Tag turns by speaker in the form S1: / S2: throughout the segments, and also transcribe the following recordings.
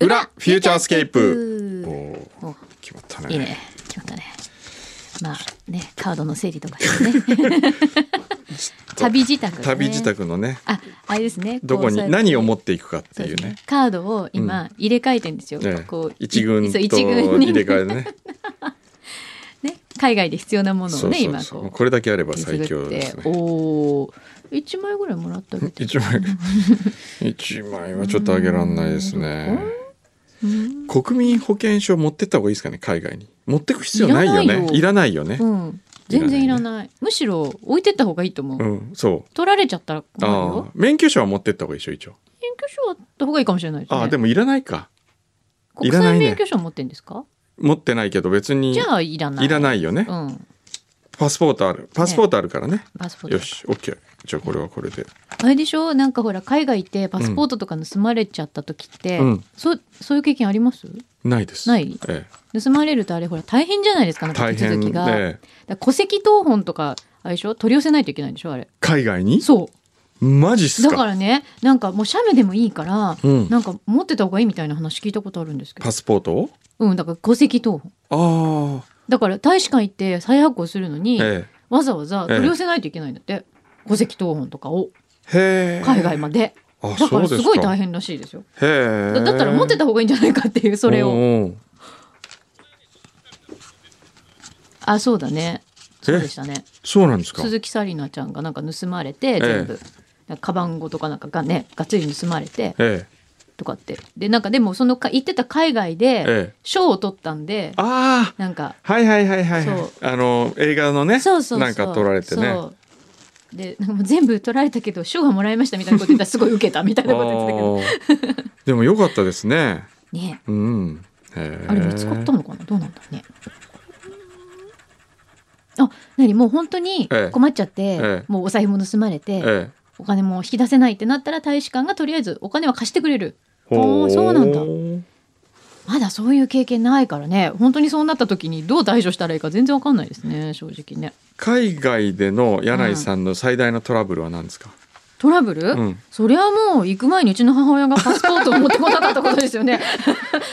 S1: フューチャースケープ。お
S2: お
S1: お、決まったね。
S2: いいね決まったねまあねカードの整理とかしてね 旅自宅、ね、
S1: 旅自宅のね、
S2: ああれですね
S1: どこに何を持
S2: っ
S1: っていくかっていうね。
S2: カードを今入れ替えてんですよ、
S1: ええ
S2: こう
S1: 一軍と
S2: そう
S1: 入
S2: 一
S1: れ
S2: 軍に
S1: 替えでね。
S2: ね海外で必要なもの
S1: そ
S2: を
S1: う
S2: ね
S1: そうそ
S2: 今
S1: う。
S2: こ
S1: これだけあれば
S2: う
S1: 最強です
S2: お
S1: ね。
S2: お一枚ぐらいもらったみた い
S1: 一枚、一枚はちょっとあげらんないですね。国民保険証持ってった方がいいですかね、海外に。持ってく必要ないよ
S2: いらない
S1: ね。
S2: よ
S1: いらないよね。
S2: うん全然いらないむしろ置いてった方がいいと思う、
S1: うん、そ
S2: 取られちゃったら
S1: う。
S2: 困る
S1: あ
S2: よ
S1: あ、免許証は持ってった方がいいでしょ、一応。
S2: 免許証あった方がいいかもしれないですね
S1: ああ、でもいらないか。
S2: 国
S1: いらな
S2: 際
S1: いね
S2: 免許証持ってんですか、
S1: 持ってないけど別に
S2: じゃあいらない
S1: いらないよね
S2: う。ん
S1: パスポートある。パスポートあるからね。
S2: パスポート
S1: よし、オッケー。じゃあこれはこれで。
S2: あれでしょなんかほら海外行ってパスポートとか盗まれちゃった時って、
S1: うん
S2: そそういう経験あります
S1: ないです。
S2: ない
S1: ええ、
S2: 盗まれるとあれほら大変じゃないですかなんか
S1: 大
S2: 手続
S1: 変
S2: き
S1: で、
S2: が、だから戸籍謄本とかあれでしょ取り寄せないといけないんでしょあれ
S1: 海外に
S2: そ
S1: マジっ
S2: う
S1: す
S2: だ
S1: か
S2: からねなんかもう写メでもいいから、
S1: うん
S2: なんか持ってた方がいいみたいな話聞いたことあるんですけど
S1: パスポートを
S2: うんだから戸籍謄本
S1: ああ、
S2: だから大使館行って再発行するのに、
S1: え
S2: わざわざ取り寄せないといけないんだって、戸籍謄本とかを
S1: え、へえ。
S2: 海外まで、
S1: あ、
S2: だか
S1: そう
S2: ら
S1: ですす
S2: ごい大
S1: か。
S2: 変らしいですよ
S1: へ
S2: だ
S1: え。
S2: だったら持ってた方がいいんじゃないかっていうそれ
S1: おう
S2: を
S1: おう
S2: あそうだねそうでしたね
S1: そうなんですか。
S2: 鈴木紗理奈ちゃんがなんか盗まれて全部、なんかカバンごとかなんかがねがっつり盗まれて
S1: ええ、
S2: とかってでなんかでもそのか行ってた海外で
S1: ええ。
S2: 賞を取ったんで
S1: ああ、
S2: なんか
S1: はいはいはいはい
S2: そう。
S1: あの映画のね、
S2: そうそうそう
S1: なんか撮られてね。
S2: そ
S1: あ
S2: うでなんかもう全部取られたけど賞がもらいましたみたいなこと言ったらすごい受けたみたいなこと言ってた けど
S1: ーでも良かったですね。
S2: ね
S1: うん。へえ
S2: あれ見つかったのかなどうなんだろうね。あ、なにもう本当に
S1: ええ
S2: 困っちゃって、
S1: ええ
S2: もうお財布も盗まれて、
S1: ええ。
S2: お金も引き出せないってなったら大使館がとりあえずお金は貸してくれる。
S1: ほ
S2: あーそうなんだ
S1: う
S2: まだそういう経験ないからね、本当にそうなった時にどう対処したらいいか全然わかんないですね、正直ね。
S1: 海外での柳井さんの最大のトラブルは何ですか、
S2: トラブル、
S1: ん
S2: そりゃもう行く前にうちの母親がパスポートを持ってこなかったことです よね。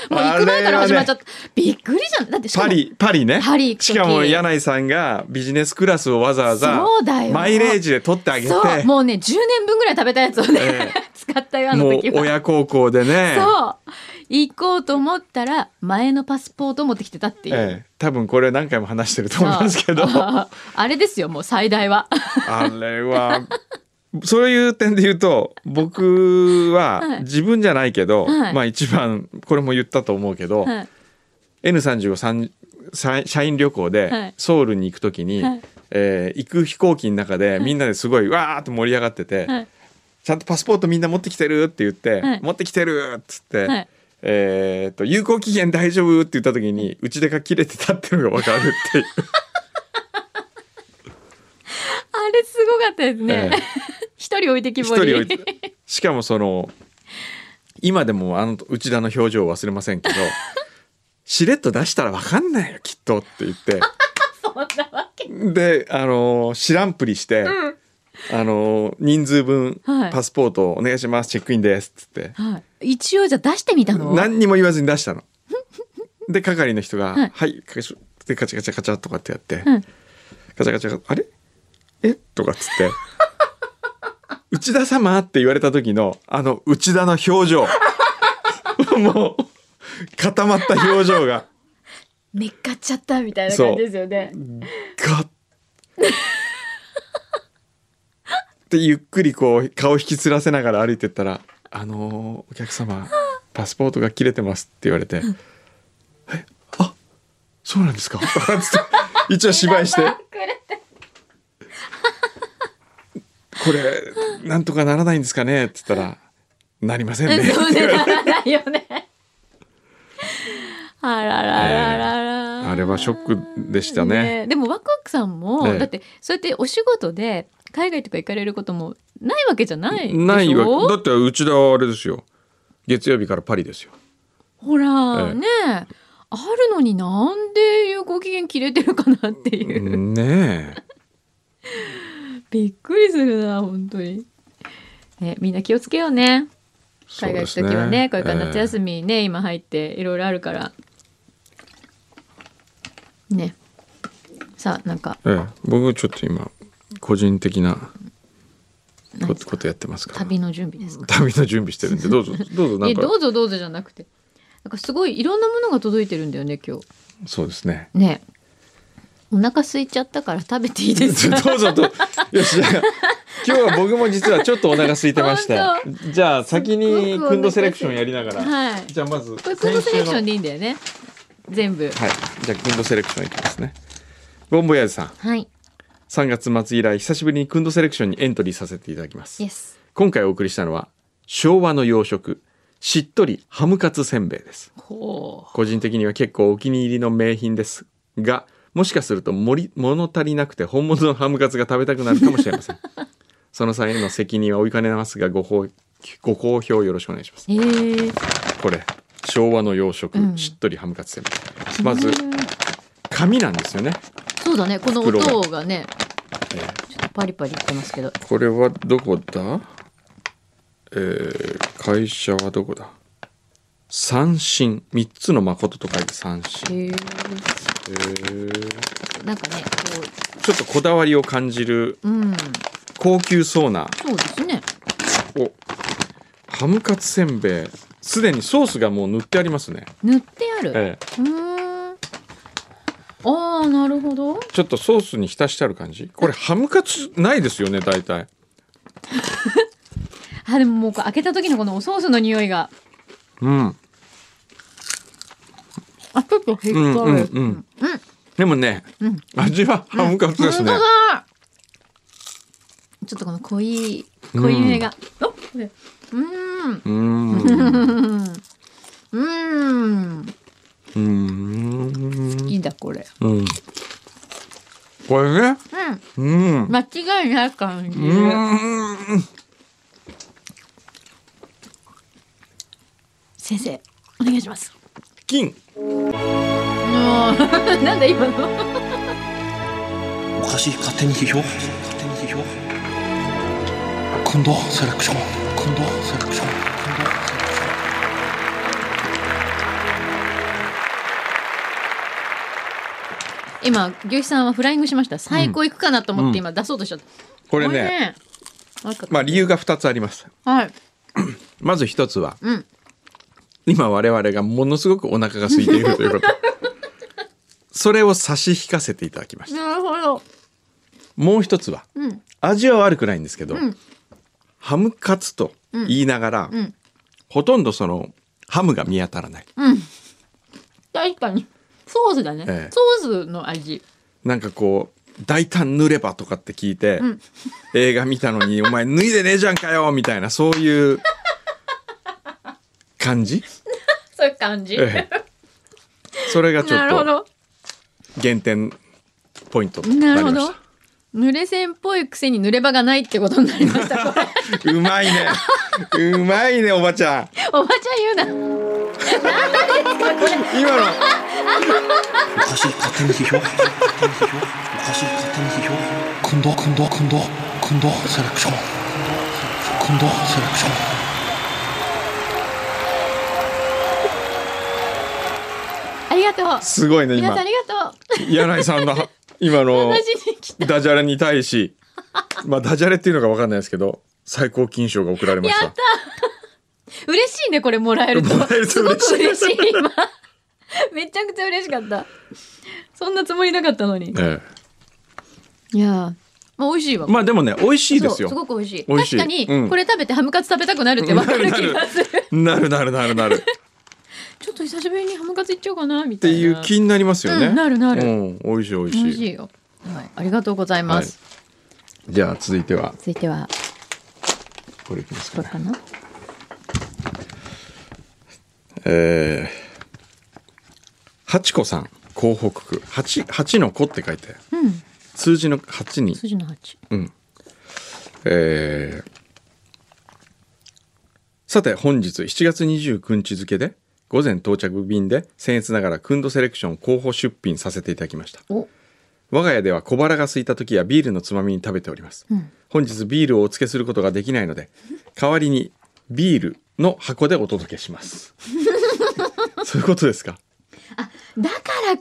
S2: もう行く前から始まっちゃった。びっくりじゃん。だってしか
S1: パ
S2: も
S1: リパリね
S2: パリ行く時
S1: しかも柳井さんがビジネスクラスをわざわざ
S2: そうだよ
S1: マイレージで取ってあげて
S2: そうもうね10年分ぐらい食べたやつをね、
S1: え
S2: 使ったよあの
S1: もう
S2: 時は
S1: 親孝行でね
S2: そう行こうと思ったら前のパスポートを持ってきてたっていう、
S1: ええ、多分これ何回も話してると思いますけどあ
S2: あ あれですよもう最大は
S1: れはそういう点で言うと僕
S2: は
S1: はい自分じゃないけど、
S2: はい
S1: まあ一番これも言ったと思うけど、
S2: はい
S1: N35 さんさ社員旅行
S2: は
S1: で
S2: い
S1: ソウルに行くときに、
S2: はい
S1: えー行く飛行機の中でみんなですごいわーっと盛り上がってて、
S2: はい
S1: ちゃんとパスポートみんな持ってきてるって言って、
S2: はい
S1: 持ってきてるっつって、
S2: はい
S1: えーっと有効期限大丈夫って言った時に打ち出が切れてたっていうのが分かる っていう
S2: あれすごかったですね
S1: ええ
S2: 一、人置いてき
S1: 一
S2: ぼ
S1: 人
S2: り
S1: 置いてしかもその今でもあの内田の表情を忘れませ んけどしれっと出したら分かんないよきっとって言って。
S2: そんなわけ
S1: で、あのー知らんぷりして、
S2: ん
S1: あのー人数分、
S2: はい
S1: パスポートお願いしますチェックインですっつって
S2: はい一応じゃあ出してみたの
S1: 何にも言わずに出したの。 で係の人が「は
S2: はい
S1: い、かしでカチャカチャカチャとかってやって、
S2: うん
S1: カチャカチャあれえとかっつって 「内田様」って言われた時のあの内田の表情 もう固まった表情が。
S2: めっかっちゃったみたいな感じですよね
S1: ガッでゆっくりこう顔引きつらせながら歩いてったら「あのーお客様パスポートが切れてます」って言われて「えあそうなんですか?」 つって一応芝居して
S2: あくれて
S1: 「これなんとかならないんですかね?」って言ったら「なりませんね」
S2: そうねならないよねあららららら、
S1: あれはショックでしたね。
S2: えでもワクワクさんも、
S1: ええ
S2: だってそうやってお仕事で海外とか行かれることもないわけじゃないでしょ
S1: ないわだってうちだあれですよ月曜日からパリですよ。
S2: ほら、
S1: ええ
S2: ねえあるのになんで有効期限切れてるかなっていう、
S1: ねえ。
S2: びっくりするな本当にねみんな気をつけようね海外行く時はねこれから夏休みね、今入っていろいろあるからねさあなんか
S1: ええ僕ちょっと今個人的な
S2: 何
S1: こ
S2: ですか
S1: ことやってますから
S2: 旅の準備ですか
S1: 旅の準備してるん でどうぞどうぞな
S2: え
S1: んか
S2: どうぞどうぞじゃなくてなんかすごいいろんなものが届いてるんだよね今日
S1: そうですね
S2: ねお腹空いちゃったから食べていいですか
S1: どうぞどうよしじゃあ今日は僕も実はちょっとお腹空いてました
S2: 本
S1: じゃあ先に
S2: すっごくお腹
S1: くんどセレクションやりながら、
S2: はい
S1: じゃあまず
S2: これクンドセレクション
S1: 先
S2: でいいんだよね全部
S1: 週のはいじゃあくんどセレクションいきますねボンボヤーズさん
S2: はい
S1: 3月末以来久しぶりにくんどセレクションにエントリーさせていただきます
S2: イエス
S1: 今回お送りしたのは昭和の洋食しっとりハムカツせんべいです
S2: ほ
S1: 個人的には結構お気に入りの名品ですがもしかすると盛り物足りなくて本物のハムカツが食べたくなるかもしれません その際への責任は追いかねますがご好ご好評よろしくお願いします
S2: うえー、
S1: これ昭和の洋食、
S2: うん
S1: しっとりハムカツせんべいまず紙なんですよね、
S2: そうだねこの
S1: 袋が
S2: 音がね
S1: えー
S2: ちょっとパリパリいってますけど
S1: これはどこだえー会社はどこだ三振三つの誠と書いて三振
S2: へえ
S1: えー
S2: なんかねこ
S1: ちょっとこだわりを感じる
S2: ううん
S1: 高級そうな
S2: そうですね
S1: おハムカツせんべいすでにソースがもう塗ってありますね、
S2: 塗ってある、
S1: ええ
S2: うーんああなるほど
S1: ちょっとソースに浸してある感じこれハムカツないですよね大体
S2: あでももうこう開けた時のこのおソースの匂いが
S1: うん
S2: あちょっとへっ
S1: うんうんうんでもね、
S2: うん
S1: 味はハムカツですね、
S2: 本当だちょっとこの濃い濃いめが、おこれうー
S1: う
S2: ん
S1: ーん
S2: うーん
S1: うーん
S2: いいんだこれ
S1: うん。これね。
S2: う
S1: うん
S2: ん。間違いない感じ、
S1: うん。
S2: 先生お願いします
S1: 金。
S2: うーんなんだ今の
S3: おかしい勝手に批評勝手に批評今度セレクション今度セレクション今度セレクション
S2: 今牛肥さんはフライングしました最高いくかなと思って今出そうとしちゃった、
S1: これ
S2: おい
S1: ね。
S2: なんか
S1: まあ理由が二つあります。
S2: はい
S1: まず一つは、
S2: うん
S1: 今我々がものすごくお腹が空いているという こと。それを差し引かせていただきました。
S2: なるほど
S1: もう一つは、
S2: うん
S1: 味は悪くないんですけど、
S2: ん
S1: ハムカツと言いながら、
S2: うん
S1: ほとんどそのハムが見当たらない。
S2: 確かにソースだね、
S1: ええ
S2: ソースの味
S1: なんかこう大胆塗ればとかって聞いて、映画見たの に「お前脱いでねえじゃんかよ」みたいなそういう感じ、
S2: そういう感じ、
S1: ええそれがちょ
S2: な
S1: っ
S2: るほ
S1: と
S2: ど
S1: 減点ポイントとな
S2: なる
S1: り
S2: ほ
S1: ま
S2: ど
S1: し
S2: 濡れ線っぽいくせに濡れ場がないってことになりましたこれ
S1: たうまいねうまいねおばちゃん
S2: おばちゃん言う
S1: 今の
S3: おかしい勝手に批評勝手に批評おかしい勝手に批評今度今度今度今度セレクション今度セレクション
S2: なありがとう
S1: すごいね
S2: 皆さん
S1: 今
S2: ありがとう
S1: 柳井さんの今の
S2: 私に来た
S1: ダジャレに対しまあダジャレっていうのか分かんないですけど最高金賞が贈られました
S2: やった嬉しいねこれもらえると
S1: もらえると
S2: すご
S1: 嬉しい
S2: く嬉しい今めちゃくちゃ嬉しかったそんなつもりなかったのに
S1: え
S2: いやーまあ美味しいわ、
S1: えまあでもね美味しいですよ
S2: そうすごく美味しい
S1: 美味しい
S2: 確か
S1: う
S2: に
S1: ん
S2: これ食べてハムカツ食べたくなるってわかる気がする
S1: なるなるなるなる。っ
S2: ちょっと久しぶりにハムカツいっちゃおうかなみた
S1: て
S2: いな
S1: いう気になりますよね。
S2: うんなるなる
S1: うん、美味しい美味しい。
S2: 美味しいよはいありがとうございます、
S1: じゃあ続いては
S2: 続いては
S1: これいきますか
S2: これ
S1: ね。
S2: かな
S1: えー、八子さん、広北区。八八の子って書いて、
S2: うん
S1: 数字の八に、
S2: 筋の八
S1: うん。えーさて本日7月29日付で午前到着便で僭越ながらクンドセレクション候補出品させていただきました
S2: お
S1: 我が家では小腹が空いた時やビールのつまみに食べております、
S2: うん
S1: 本日ビールをお付けすることができないので代わりにビールの箱でお届けします。そういうことですか。
S2: だか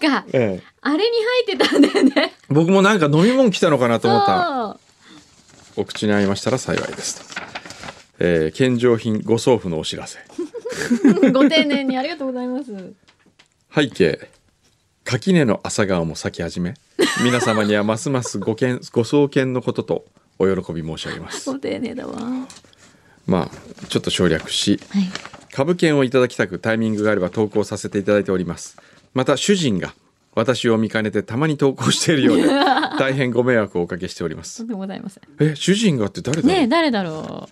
S2: らか
S1: ええ、
S2: あれに入ってたんだよね
S1: 僕もなんか飲み物来たのかなと思ったら。
S2: そ
S1: お
S2: う
S1: 口に合いましたら幸いですと。えー、献上品ご送付のお知らせ。
S2: ご丁寧にありがとうございます。
S1: 背景垣根の朝顔も咲き始め皆様にはますますご見ご送見のこととお喜び申し上げ ます
S2: ご丁寧だわ。は
S1: まあちょっと省略し
S2: い。
S1: 株券をいただきたくタイミングがあれば投稿させていただいておりますまた主人が私を見かねてたまに投稿しているようで大変ご迷惑をおかけしておりま
S2: と
S1: す
S2: んでもございません。
S1: え主人がって誰だろう、
S2: ねえ、誰だろ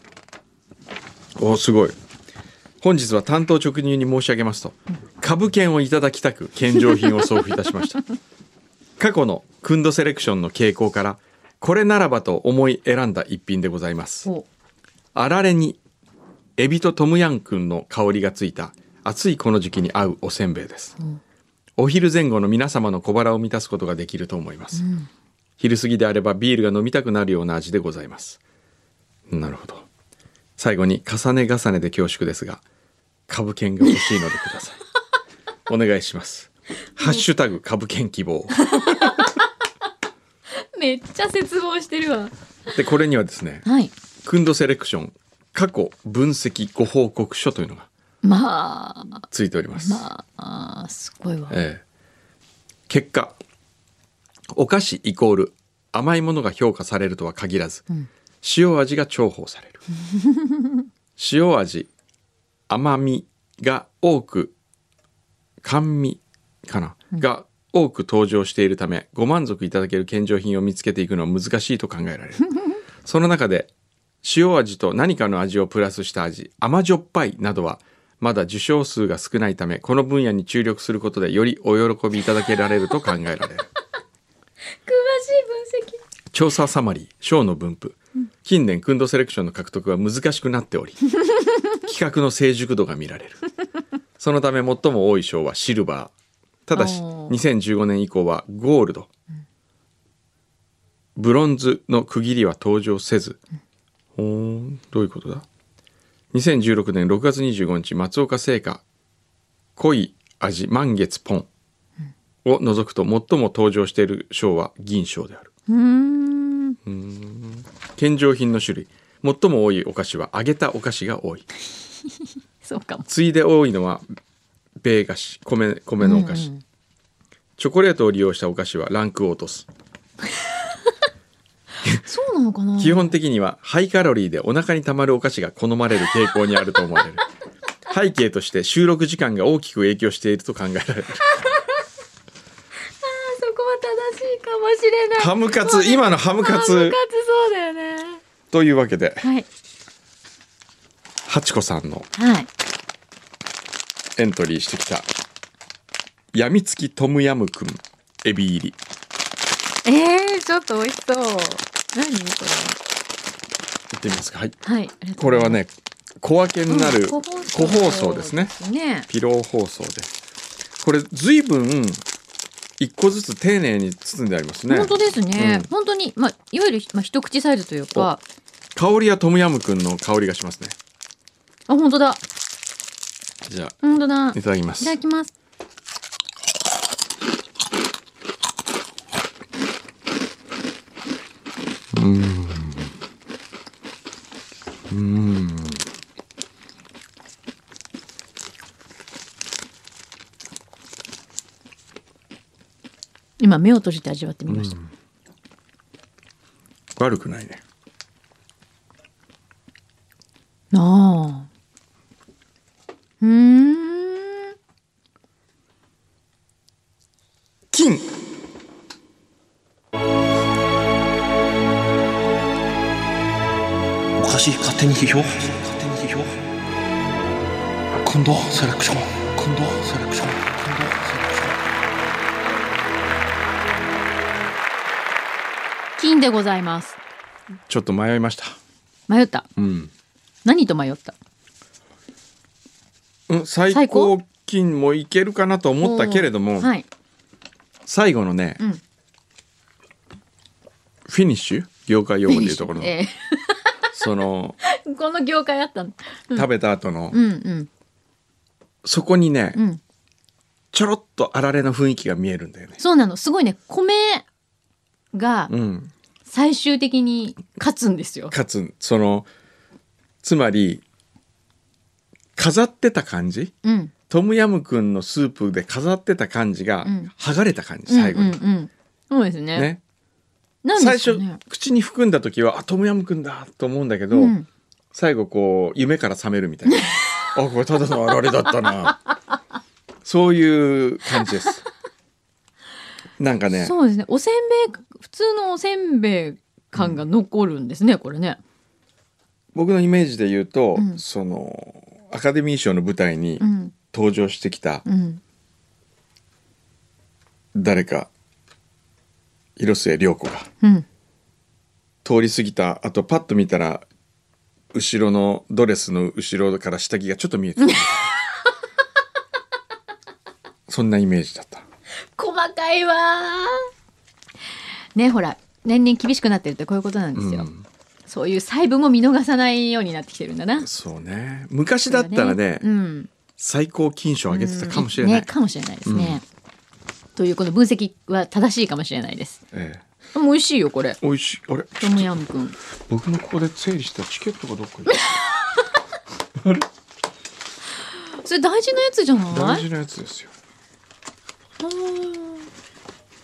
S1: おすごい本日は担当直入に申し上げますと株券をいただきたく献上品を送付いたしました過去のクンドセレクションの傾向からこれならばと思い選んだ一品でございます
S2: う。お
S1: あられにエビとトムヤンくんの香りがついた暑いこの時期に合うおせんべいです、
S2: ん
S1: お昼前後の皆様の小腹を満たすことができると思います、昼過ぎであればビールが飲みたくなるような味でございますなるほど最後に重ね重ねで恐縮ですが株券が欲しいのでくださいお願いしますハッシュタグ株券希望
S2: めっちゃ絶望してるわ。
S1: でこれにはですね
S2: はい。
S1: クンドセレクション過去分析ご報告書というのが
S2: まあ、
S1: ついております、
S2: まあ、あーすごいわ。
S1: ええ、結果お菓子イコール甘いものが評価されるとは限らず、
S2: ん
S1: 塩味が重宝さ れる塩味甘みが多く甘味かな、が多く登場しているためご満足いただける献上品を見つけていくのは難しいと考えられ るその中で塩味と何かの味をプラスした味甘じょっぱいなどはまだ受賞数が少ないためこの分野に注力することでよりお喜びいただけられると考えられる
S2: 詳しい分析。
S1: 調査サマリー賞の分布近年クンドセレクションの獲得は難しくな っており企画の成熟度が見られるそのため最も多い賞はシルバーただし
S2: おー
S1: 2015年以降はゴールドブロンズの区切りは登場せずほーんどういうことだ2016年6月25日松岡製菓濃い味満月ポンを除くと最も登場している賞は銀賞である
S2: うーん。
S1: 献上品の種類最も多いお菓子は揚げたお菓子が多い
S2: そうかも。
S1: 次いで多いのは米菓子米米のお菓子、
S2: うんうん
S1: チョコレートを利用したお菓子はランクを落とす
S2: そうなのかな。
S1: 基本的にはハイカロリーでお腹にたまるお菓子が好まれる傾向にあると思われる背景として収録時間が大きく影響していると考えられる
S2: あそこは正しいかもしれない。
S1: ハムカツ今のハムカ
S2: ハ
S1: ツ
S2: ムカツそうだよね。
S1: というわけで
S2: はい。
S1: ハチコさんの
S2: はい。
S1: エントリーしてきたやみつきトムヤムくんエビ入り
S2: えー、ちょっと美味しそう。何こ
S1: いってみますかはい
S2: れは。はい。ありがとう
S1: これはね小分けになる
S2: うん
S1: 個包装ですね。
S2: ね。
S1: ピロー包装でこれ随分一個ずつ丁寧に包んでありますね
S2: 本当ですね、
S1: うん
S2: 本当に、まあ、いわゆる、まあ、一口サイズというか
S1: 香りはトムヤムくんの香りがしますね
S2: あ本当だ
S1: じゃあ
S2: 本当だ
S1: い
S2: い
S1: ただきます
S2: ただきます今目を閉じて味わってみました、
S1: 悪くないね
S2: ああ。うーん。
S1: 金
S3: おかしい勝手に批評勝手に批評近藤セレクション近藤セレクション近藤セレクション
S2: 金でございます。
S1: ちょっと迷いました
S2: 迷った。
S1: うん、
S2: 何と迷った。
S1: うん、最高金もいけるかなと思ったけれども、
S2: はい。
S1: 最後のね、
S2: ん
S1: フィニッシュ業界用語でいうところの、
S2: ええ
S1: その
S2: この業界あったの。うん
S1: 食べた後の、
S2: うんうん
S1: そこにね、
S2: うん。
S1: ちょろっとあられの雰囲気が見えるんだよね。
S2: そうなの。すごいね、米が
S1: うん、
S2: 最終的に勝つんですよ。
S1: かつそのつまり飾ってた感じ
S2: うん。
S1: トムヤムクンのスープで飾ってた感じが、
S2: うん
S1: 剥がれた感じ最後に、
S2: うんうんうん。そうですね。
S1: ね
S2: なん
S1: 最
S2: ですか
S1: 初
S2: ね。
S1: 口に含んだ時はあトムヤムクンだと思うんだけど、
S2: うん
S1: 最後こう夢から覚めるみたい なあこれただのあられだったなそういう感じですなんかね
S2: そうですね。おせんべい、普通のおせんべい感が残るんですね、これね。
S1: 僕のイメージで言うと、
S2: うん
S1: そのアカデミー賞の舞台に
S2: うん。
S1: 登場してきた
S2: うん。
S1: 誰か広末涼子が
S2: うん。
S1: 通り過ぎたあとパッと見たら後ろのドレスの後ろから下着がちょっと見え てたそんなイメージだった
S2: 細かいわーねほら、年々厳しくなってるってこういうことなんです
S1: う
S2: よ。
S1: ん
S2: そういう細部も見逃さないようになってきてるんだな。
S1: そうね昔だったらね
S2: うん。
S1: 最高金賞あげてたかもしれない、
S2: ね、かもしれないですね。というこの分析は正しいかもしれないです。
S1: え
S2: でも美味しいよこれ
S1: え。美味しいあれ
S2: トムヤムくん。
S1: 僕のここで整理したチケットがどっか行った
S2: それ大事なやつじゃ な
S1: 大
S2: い？
S1: 事なやつですよ
S2: うん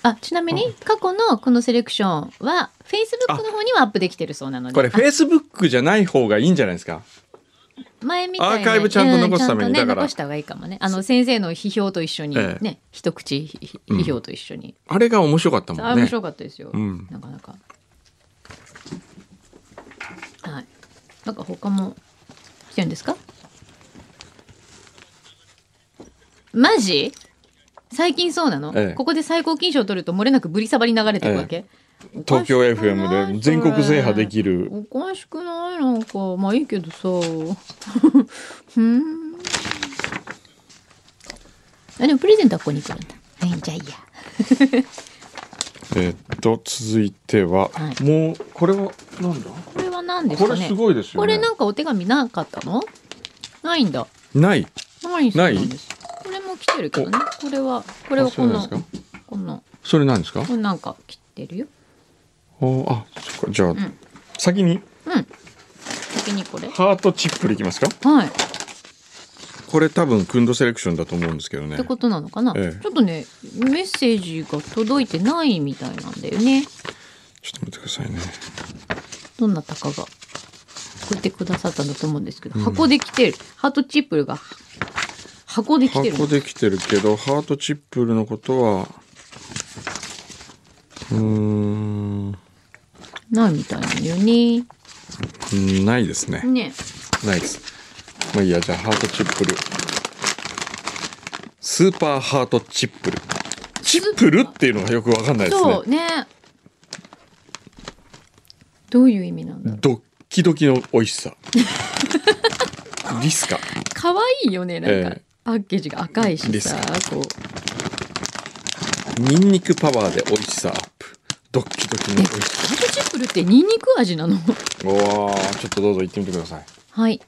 S2: あ、ちなみに過去のこのセレクションは Facebook の方にはアップできてるそうなので、
S1: これフェイスブックじゃない方がいいんじゃないですか
S2: あ前みた
S1: ア
S2: いに
S1: ーカイブちゃんと残すために
S2: うんちゃ
S1: だ
S2: んとね
S1: から
S2: 残した方がいいかもね。あの先生の批評と一緒に
S1: え
S2: ね
S1: え、
S2: 一口批批評と一緒に。
S1: あれが面白かったもんね
S2: あれ面白かったですよ。
S1: うん
S2: なかなか。はい。なんか他も来てるんですか？マジ？最近そうなの？
S1: ええ
S2: ここで最高金賞を取ると漏れなくブリサバに流れてるわけ？
S1: 東京
S2: おかしくない
S1: FM で全国制覇できる
S2: それおかしくないなんかまあいいけどさ。 うん。あでもプレゼントはここに来るんだ。はいじゃあいいや。
S1: えーっと続いては、
S2: はい
S1: もうこれはなんだ
S2: これは何です
S1: こ
S2: か
S1: れ
S2: ね
S1: す。ごいですよね
S2: これなんかお手紙なかったのないんだ。
S1: ない
S2: ないそう
S1: ない
S2: なんです。これも来てるけどね。これは、これは
S1: あそ
S2: こ
S1: うなんで
S2: の
S1: すか、
S2: この、
S1: それなんですか
S2: これなんか来てるよ。
S1: おあそっかじゃあ、
S2: ん
S1: 先に
S2: うん。先にこれ。
S1: ハートチップルいきますか
S2: はい。っ
S1: これ多分クンドセレクションだと思うんですけどね
S2: てことなのかな。
S1: ええ
S2: ちょっとね、メッセージが届いてないみたいなんだよね。
S1: ちょっと待ってくださいね
S2: どんなたかが送ってくださったんだと思うんですけど、箱で来てる。ハートチップルが箱で来てる。
S1: 箱できてるけどハートチップルのことはうーん
S2: ないみたいなんだよね。
S1: ないですね、
S2: ね。
S1: ないですまあいいやじゃあハートチップルスーパーハートチップルチップルっていうのがよくわかんないですね
S2: そうね。どういう意味なんだろう。
S1: ドッキドキの美味し さリスカ
S2: 可愛いよね、なんか
S1: ええ。
S2: パッケージが赤いし
S1: です
S2: さ、こう。
S1: ニンニクパワーで美味しさアップドッキドキの美味しさ
S2: ハートチップルってニンニク味 な
S1: う
S2: の。
S1: わーちょっとどうぞ行ってみてください
S2: はい。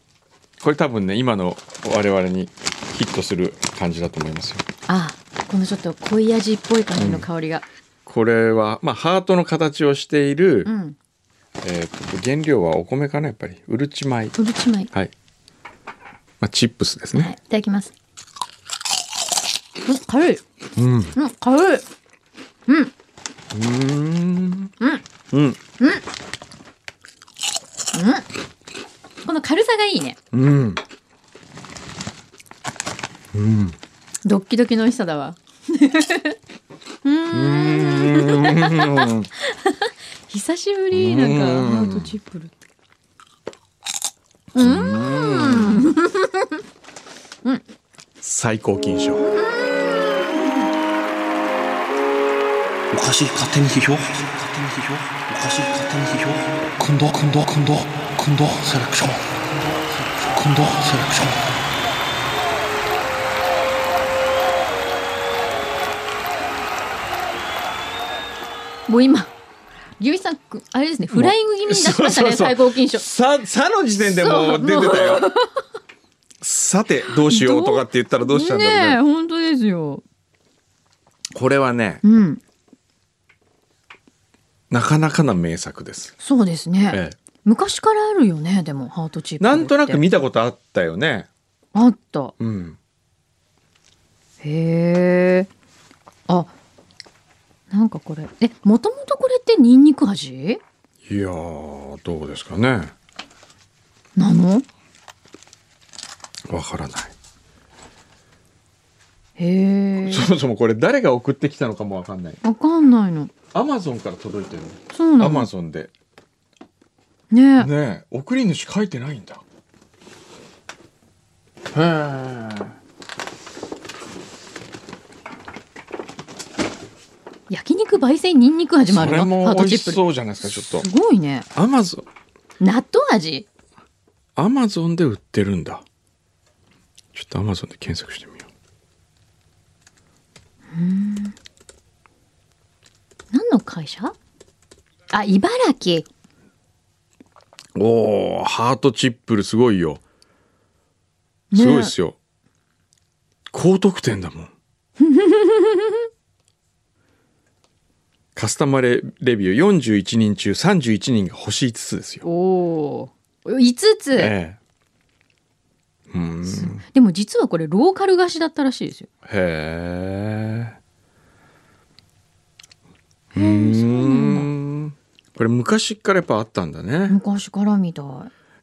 S1: これ多分ね今の我々にヒットする感じだと思いますよ
S2: ああ、このちょっと濃い味っぽい感じの香りが。
S1: これはまあハートの形をしている、
S2: うん。
S1: えーと原料はお米かなやっぱりうるち米
S2: うるち米。
S1: はい、まあ、チップスです
S2: はい、い
S1: ね、
S2: ただきます。うん、軽い。
S1: うんう
S2: うん、軽い。
S1: ーんうん
S2: この軽さがいいね。
S1: うん
S2: ドッキドキの美味しさだ わ。
S1: うん
S2: 久しぶり、なんか
S1: うん
S2: ハートチップルって。
S1: 最高金賞
S3: おかしい勝手に批評勝手に批評おかしい勝手に批評今度今度今度今度セレクション今度セレクション
S2: もう今牛一さんくあれですねフライング気味に出しました
S1: そうそう
S2: ね
S1: そう
S2: 最高金賞
S1: さ、さの時点でもう出てた よ。さて、どうしようとかって言ったらどうしちゃうんだろう
S2: ね
S1: ね。
S2: え本当ですよ
S1: これはね、
S2: うん
S1: なかなかな名作です。
S2: そうですね、
S1: ええ
S2: 昔からあるよねでもハートチップ
S1: なんとなく
S2: って
S1: 見たことあったよね。
S2: あった
S1: うん。
S2: へえあなんかこれえもともとこれってニンニク味
S1: いやー、どうですかね。
S2: なの
S1: わからない。
S2: へえ
S1: そもそもこれ誰が送ってきたのかもわかんない。
S2: わかんないの
S1: アマゾンから届いてる
S2: そう
S1: の。
S2: な
S1: アマ
S2: の
S1: ゾンで。
S2: ね
S1: ねえ、送り主書いてないんだ。へえ。
S2: 焼肉焙煎ニンニク味もあ
S1: そ
S2: る
S1: れ
S2: のハ
S1: も
S2: ー
S1: 美
S2: トチ
S1: 味し
S2: ップ
S1: そうじゃないですか、ちょっ
S2: すごいね
S1: と。アマゾン。
S2: 納豆味
S1: アマゾンで売ってるんだちょっとアマゾンで検索してみよ
S2: 何の会社あ茨城
S1: うおーハートチップルすごいよ
S2: ね
S1: すごいですよ、高得点だも んカスタマーレレビュー41人中31人が星5つですよ、
S2: おお五つ、
S1: ええうーん
S2: でも実はこれローカル菓子だったらしいですよ
S1: へえうーんこれ昔からやっぱあったんだね、
S2: 昔からみたい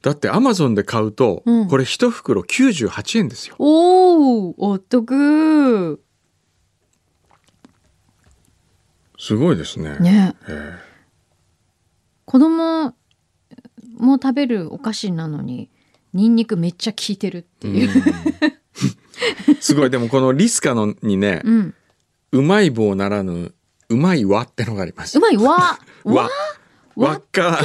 S1: だってアマゾンで買うと、
S2: うん
S1: これ一袋98円ですよ
S2: おおおっとく
S1: すごいですね
S2: ね
S1: えー
S2: 子供も食べるお菓子なのにニンニクめっちゃ効いてるっ ていう、
S1: うんすごいでもこのリスカのにね、
S2: うん、
S1: うまい棒ならぬうまいわってのがあります
S2: うまいわ
S1: わわっ か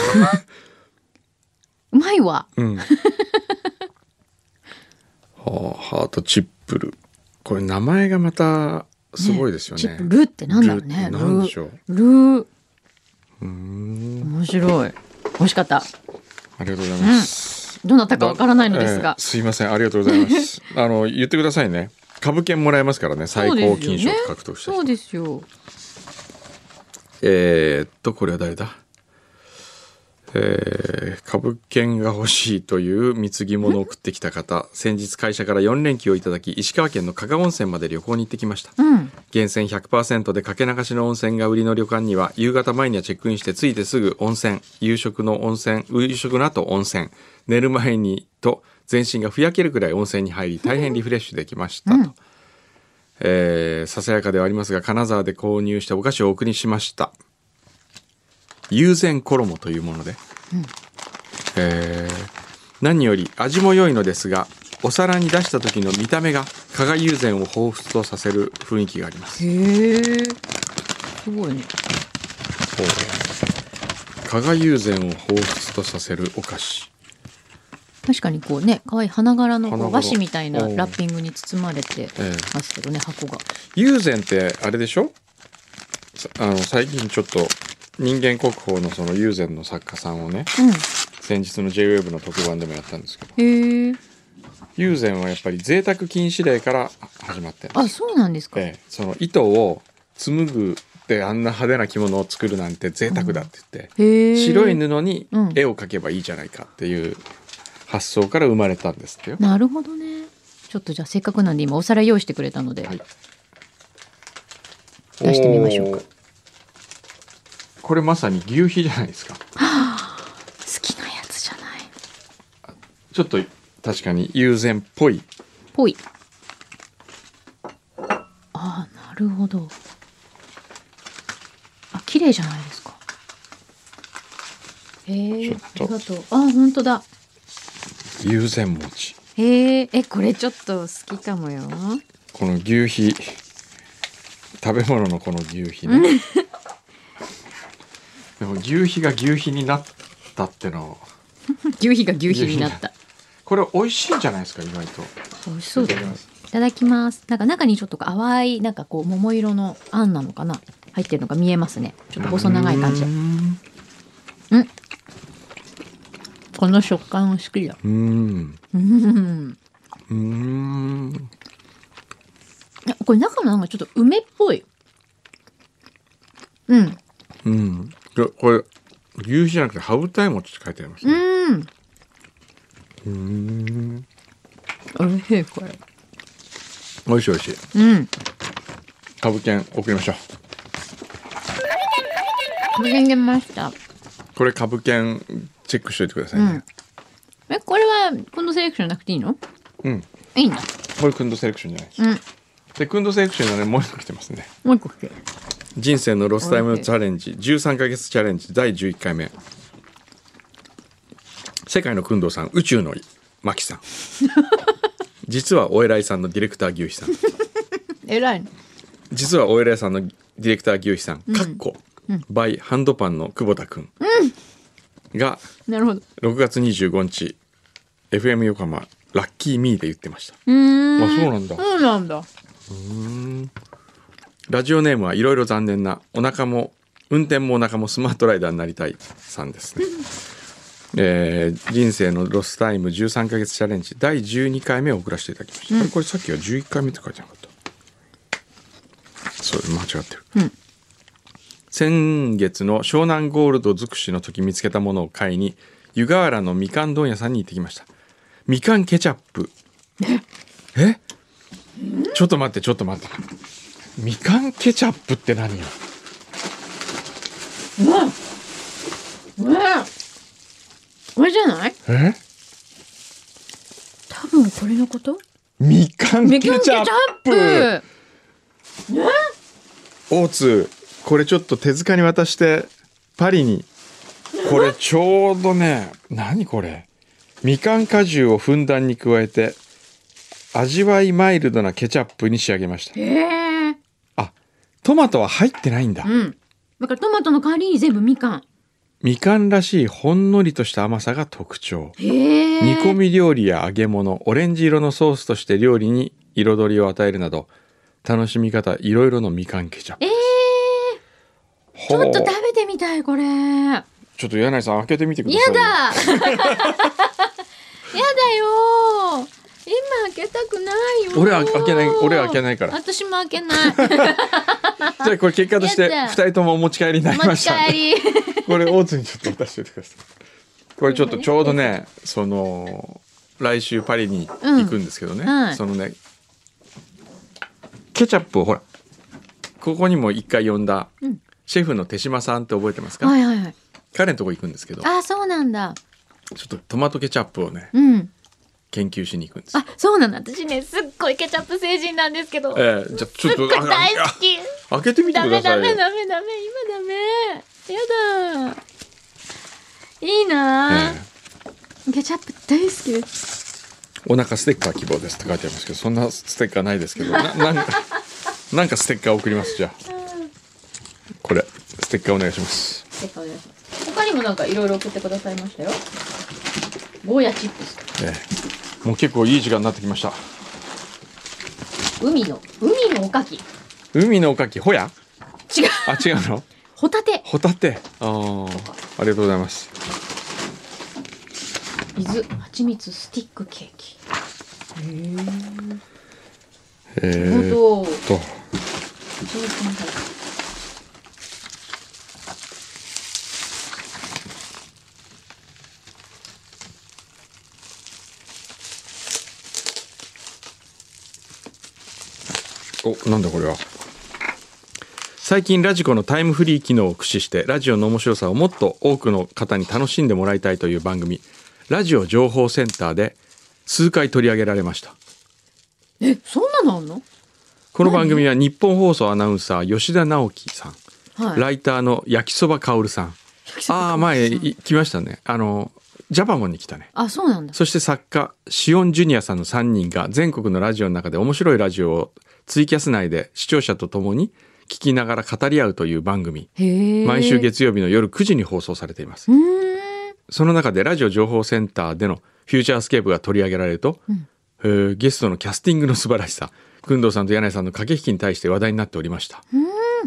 S2: うまいわ
S1: うんはあハートチップルこれ名前がまたすごいですよ
S2: チ
S1: ね
S2: ップルーってなんだろうね
S1: ルーって
S2: ル
S1: なんでしょう
S2: ールー
S1: うーん
S2: 面白い美味しかった
S1: ありがとうございます、
S2: どなたかわからないのですが
S1: えー、すいませんありがとうございます あの言ってくださいね株券もらえますからね最高金賞獲得した人、
S2: そうですよ
S1: えーっとこれは誰だえー株券が欲しいという貢ぎ物を送ってきた方先日会社から4連休をいただき石川県の加賀温泉まで旅行に行ってきました
S2: うん
S1: 源泉100%でかけ流しの温泉が売りの旅館には夕方前にはチェックインして着いてすぐ温泉夕食の温泉夕食の後温泉寝る前にと全身がふやけるくらい温泉に入り大変リフレッシュできましたと、えーささやかではありますが金沢で購入したお菓子をお送りしました友禅衣というもので、えー何より味も良いのですがお皿に出した時の見た目が加賀友禅を彷彿とさせる雰囲気があります
S2: へえすごいね
S1: 加賀友禅を彷彿とさせるお菓子
S2: 確かにこうね可愛い花柄のこう
S1: 花柄
S2: 和紙みたいな
S1: うん
S2: ラッピングに包まれて
S1: ええ
S2: ますけどね箱が
S1: 友禅ってあれでしょさあの最近ちょっと人間国宝のその友禅の作家さんをね先日の JWAVE の特番でもやったんですけど
S2: うんへえ
S1: 友禅はやっぱり贅沢禁止令から始まってるん
S2: あ
S1: です
S2: そうなんですか、
S1: ええその糸を紡ぐってあんな派手な着物を作るなんて贅沢だって言って、
S2: へえ
S1: 白い布に
S2: うん
S1: 絵を描けばいいじゃないかっていう発想から生まれたんですってよ。
S2: なるほどねちょっとじゃあせっかくなんで今お皿用意してくれたので、
S1: はい
S2: 出してみましょうか
S1: おーこれまさに牛皮じゃないですか
S2: 好きなやつじゃない
S1: ちょっと確かに友禅っぽい
S2: ぽいああなるほどあ綺麗じゃないですかへえあ
S1: ちょっと
S2: りがとうあ本当だ
S1: 友禅餅
S2: へええこれちょっと好きかもよ
S1: この牛皮食べ物のこの牛皮ね でも牛皮が牛皮になったってのは
S2: 牛皮が牛皮になった
S1: これ美味しいんじゃないですか意外と
S2: 美味しそうだねいただきますなんか中にちょっと淡いなんかこう桃色のあんなのかな入ってるのが見えますねちょっと細長い感じ
S1: うーん
S2: この食感は好きだ。
S1: うん
S2: うん。
S1: うん
S2: いやこれ中のなんかちょっと梅っぽい。うん。
S1: うんいやこれ牛脂じゃなくてハブタイ餅って書いてありますねう
S2: うん。
S1: ん
S2: 美味しいこれ。
S1: 美味しい美味しい
S2: うん。
S1: ハブ券送りましょう
S2: 取り上げました。
S1: これ株券チェックしといてくださいうね
S2: ん。えこれはこのセレクションなくていいの？
S1: うん、
S2: いいんだ。
S1: これクンドセレクションじゃないです
S2: うん。
S1: でクンドセレクションがねもう一個来てますね
S2: もう一個来てる。
S1: 人生のロスタイムチャレンジ13ヶ月チャレンジ第11回目世界の工藤さん宇宙のマキ さん実はお偉いさんのディレクター牛肥さん
S2: えらいの。
S1: 実はお偉いさんのディレクター牛肥さん、かっこ、バイハンドパンの久保田君、ん、が
S2: なるほど。
S1: 6月25日 FM 横浜ラッキーミーで言ってました
S2: うーん。
S1: あそうなんだ
S2: そうなんだ。
S1: ラジオネームはいろいろ残念なお腹も運転もお腹もスマートライダーになりたいさん ですね。えー人生のロスタイム13ヶ月チャレンジ第12回目を送らせていただきました、あれこれさっきは11回目って書いてなかったそう間違ってる、先月の湘南ゴールド尽くしの時見つけたものを買いに湯河原のみかん問屋さんに行ってきましたみかんケチャップ えちょっと待ってちょっと待ってみかんケチャップって何よ
S2: うん。これじゃない？
S1: え
S2: 多分これのこと？
S1: みかんケ
S2: メ
S1: チ
S2: キャンケチャ
S1: ャッ
S2: ッ
S1: プ
S2: プ。
S1: 大津これちょっと手塚に渡してパリにこれちょうどね何これみかん果汁をふんだんに加えて味わいマイルドなケチャップに仕上げました
S2: へえ。
S1: あトマトは入ってないんだ
S2: うん。だからトマトの代わりに全部みかん。
S1: みかんらしいほんのりとした甘さが特徴
S2: へえ。
S1: 煮込み料理や揚げ物オレンジ色のソースとして料理に彩りを与えるなど楽しみ方いろいろのみかんケチャップ
S2: ええ
S1: ち
S2: ちょっと食べてみたいこれ。や
S1: ちょっと柳井さん開けてみてく
S2: だ。
S1: だ
S2: や
S1: さいよ
S2: だよ。今開けたくないよ。
S1: 俺は開けない俺は開けないから
S2: 私も開け ない。
S1: じゃあこれ結果として
S2: や
S1: 2
S2: だ
S1: 人ともお持ち帰りになり
S2: 持
S1: ま
S2: ち
S1: したんで
S2: 帰り。
S1: これ大津にちょっと渡しておいてくださいこれちょっとちょうどねその来週パリに行くんですけどね、
S2: うんはい
S1: そのねケチャップをほらここにも一回呼んだ
S2: うん
S1: シェフの手島さんって覚えてますか、
S2: はいはいはい。
S1: 彼のとこ行くんですけどちょ
S2: あ、そうなんだ。
S1: っとトマトケチャップをね
S2: うん。
S1: 研究しに行くんですよ
S2: あ、そうなんだ。私ね、すっごいケチャップ成人なんですけど。
S1: ええじゃあち
S2: す
S1: ょ
S2: っ
S1: っ
S2: ご
S1: と
S2: い
S1: あ
S2: 大好
S1: あ
S2: き。
S1: 開けてみて
S2: ダ
S1: く
S2: メ
S1: ださ
S2: ダ
S1: い
S2: メ
S1: よ
S2: ダメダメ今ダメやだいいなあ、
S1: ええ
S2: ケチャップ大好きです
S1: お腹ステッカー希望ですって書いてありますけどそんなステッカーないですけどななん かなんかステッカー送りますじゃあこれステッカーお願いします
S2: 他にもなんかいろいろ送ってくださいましたよゴーヤチップス
S1: ええもう結構いい時間になってきました
S2: 海の海のおかき違う
S1: 海のおかきほやあ違うの
S2: ホタテ
S1: ホタテあーありがとうございます
S2: 伊豆蜂蜜スティックケーキ
S1: え
S2: 本
S1: ー、っと
S2: 当上手なタイ
S1: おなんだこれは最近ラジコのタイムフリー機能を駆使してラジオの面白さをもっと多くの方に楽しんでもらいたいという番組「ラジオ情報センター」で数回取り上げられました
S2: プえそんなのあんの
S1: この番組は日本放送アナウンサー吉田直樹さん、
S2: はい
S1: ライターの焼きそばかおるさんああー前い来ましたねあのジャパモンに来たね
S2: あそうなんだ
S1: そして作家シオンジュニアさんの3人が全国のラジオの中で面白いラジオをツイキャス内で視聴者と共に聞きながら語り合うという番組
S2: へえ
S1: 毎週月曜日の夜9時に放送されています
S2: うーん
S1: その中でラジオ情報センターでのフューチャースケープが取り上げられると、えーゲストのキャスティングの素晴らしさ工藤さんと柳井さんの駆け引きに対して話題になっておりました。